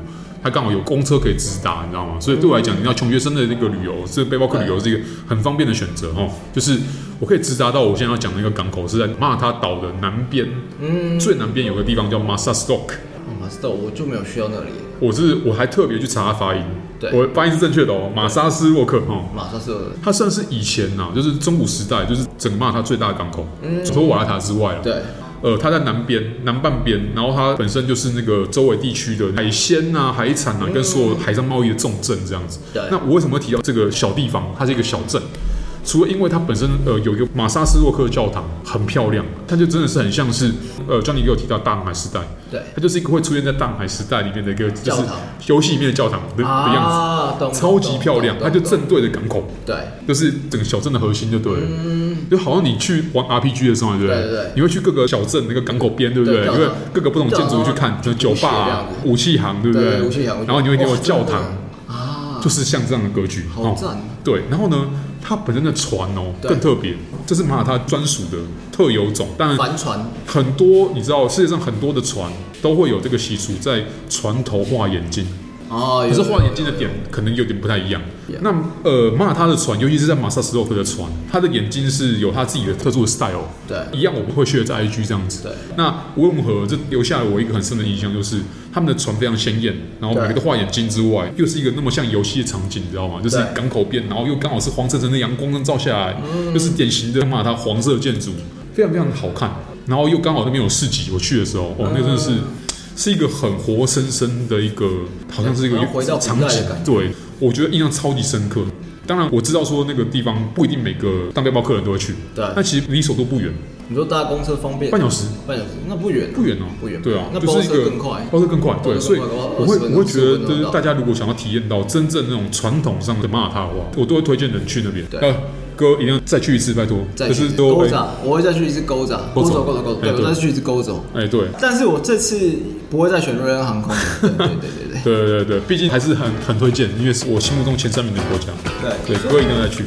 [SPEAKER 1] 它刚好有公车可以直达，你知道吗？所以对我来讲，你要穷学生的那个旅游，这个背包客旅游是一个很方便的选择哦。就是我可以直达到我现在要讲的那个港口，是在马耳他岛的南边，嗯，最南边有个地方叫 Masastok，
[SPEAKER 2] 哦马斯豆，我就没有去到那里。
[SPEAKER 1] 我是我还特别去查它发音，
[SPEAKER 2] 对
[SPEAKER 1] 我发音是正确的哦，马萨斯洛克哦。
[SPEAKER 2] 马上是有
[SPEAKER 1] 它算是以前呐、就是中古时代，就是整个马耳他最大的港口，除了瓦拉塔之外了。
[SPEAKER 2] 对，
[SPEAKER 1] 呃，它在南边南半边，然后它本身就是那个周围地区的海鲜啊、海产啊，跟所有海上贸易的重镇这样子。
[SPEAKER 2] 嗯对
[SPEAKER 1] 那我为什么会提到这个小地方？它是一个小镇，除了因为它本身呃有一个马萨斯洛克教堂很漂亮，它就真的是很像是呃，张你给我提到大航海时代，
[SPEAKER 2] 对
[SPEAKER 1] 它就是一个会出现在大航海时代里面的一个就
[SPEAKER 2] 教
[SPEAKER 1] 是
[SPEAKER 2] 堂
[SPEAKER 1] 游戏里面的教堂的的样子，
[SPEAKER 2] 啊，懂，
[SPEAKER 1] 超级漂亮，它
[SPEAKER 2] 他
[SPEAKER 1] 就正对着港口。
[SPEAKER 2] 对，
[SPEAKER 1] 就是整个小镇的核心就对了，就好像你去玩 RPG 的时候，对不对？
[SPEAKER 2] 嗯对对对
[SPEAKER 1] 你会去各个小镇那个港口边，对不对？
[SPEAKER 2] 对
[SPEAKER 1] 你
[SPEAKER 2] 教堂
[SPEAKER 1] 会各个不同建筑去看，就
[SPEAKER 2] 教堂
[SPEAKER 1] 酒吧、
[SPEAKER 2] 这
[SPEAKER 1] 啊
[SPEAKER 2] 样、子
[SPEAKER 1] 武器行，对不
[SPEAKER 2] 对武器行
[SPEAKER 1] 然后你会有
[SPEAKER 2] 哇
[SPEAKER 1] 教堂，
[SPEAKER 2] 对啊，
[SPEAKER 1] 就是像这样的格局，
[SPEAKER 2] 好
[SPEAKER 1] 哦
[SPEAKER 2] 赞
[SPEAKER 1] 对，然后呢，它本身的船哦
[SPEAKER 2] 对
[SPEAKER 1] 更特别，这是马耳他专属的特有种，当然
[SPEAKER 2] 帆船
[SPEAKER 1] 很多你知道世界上很多的船都会有这个习俗，在船头画眼睛。
[SPEAKER 2] 哦，
[SPEAKER 1] 可
[SPEAKER 2] 有
[SPEAKER 1] 是画眼睛的
[SPEAKER 2] 有
[SPEAKER 1] 点可能有点不太一样
[SPEAKER 2] Yeah。
[SPEAKER 1] 那呃，马耳他的船，尤其是在马萨斯洛克的船，他的眼睛是有他自己的特殊的 style。
[SPEAKER 2] 对
[SPEAKER 1] 一样我们会 share 在 IG 这样子。
[SPEAKER 2] 对
[SPEAKER 1] 那无论如何，这留下了我一个很深的印象，就是他们的船非常鲜艳，然后每个
[SPEAKER 2] 对
[SPEAKER 1] 都画眼睛之外，又是一个那么像游戏的场景，你知道吗？就是
[SPEAKER 2] 对
[SPEAKER 1] 港口边，然后又刚好是黄澄澄的阳光灯照下来，
[SPEAKER 2] 嗯
[SPEAKER 1] 就是典型的马耳他黄色建筑，非常非常的好看。然后又刚好那边有市集，我去的时候，哦，那真的是。
[SPEAKER 2] 嗯
[SPEAKER 1] 是一个很活生生的一个，好像是一个
[SPEAKER 2] 好像回到古
[SPEAKER 1] 场
[SPEAKER 2] 代的
[SPEAKER 1] 景
[SPEAKER 2] 感觉，
[SPEAKER 1] 对，我觉得印象超级深刻。当然，我知道说那个地方不一定每个当背包客人都会去，
[SPEAKER 2] 对
[SPEAKER 1] 但其实离首都不远，
[SPEAKER 2] 你说搭公车方便，
[SPEAKER 1] 半小时，
[SPEAKER 2] 半小时那不远啊，
[SPEAKER 1] 不远哦，
[SPEAKER 2] 不远，
[SPEAKER 1] 对啊，
[SPEAKER 2] 那
[SPEAKER 1] 就
[SPEAKER 2] 包
[SPEAKER 1] 是一
[SPEAKER 2] 车
[SPEAKER 1] 个
[SPEAKER 2] 更快，
[SPEAKER 1] 包车更快，对，
[SPEAKER 2] 包车
[SPEAKER 1] 所
[SPEAKER 2] 更快
[SPEAKER 1] 以
[SPEAKER 2] 搞不好
[SPEAKER 1] 我会
[SPEAKER 2] 20分
[SPEAKER 1] 我
[SPEAKER 2] 钟
[SPEAKER 1] 会觉得，
[SPEAKER 2] 15分
[SPEAKER 1] 就
[SPEAKER 2] 钟
[SPEAKER 1] 是
[SPEAKER 2] 到
[SPEAKER 1] 大家如果想要体验到真正那种传统上的马耳他的话，我都会推荐人去那边。
[SPEAKER 2] 对
[SPEAKER 1] 呃，哥一定要再去一次，拜托，
[SPEAKER 2] 再
[SPEAKER 1] 就
[SPEAKER 2] 去一
[SPEAKER 1] 是
[SPEAKER 2] 次
[SPEAKER 1] 都
[SPEAKER 2] 勾
[SPEAKER 1] 会，
[SPEAKER 2] 走，我会再去一次勾走，
[SPEAKER 1] 勾
[SPEAKER 2] 勾
[SPEAKER 1] 走
[SPEAKER 2] 走勾走勾走，
[SPEAKER 1] 哎
[SPEAKER 2] 对，我
[SPEAKER 1] 对
[SPEAKER 2] 再去一次勾走。
[SPEAKER 1] 哎，对。。
[SPEAKER 2] 但是我这次不会再选瑞安航空了，对对对对对
[SPEAKER 1] 对对对，毕竟还是很很推荐，因为是我心目中前三名的国家。
[SPEAKER 2] 对
[SPEAKER 1] 对，哥一定要再去。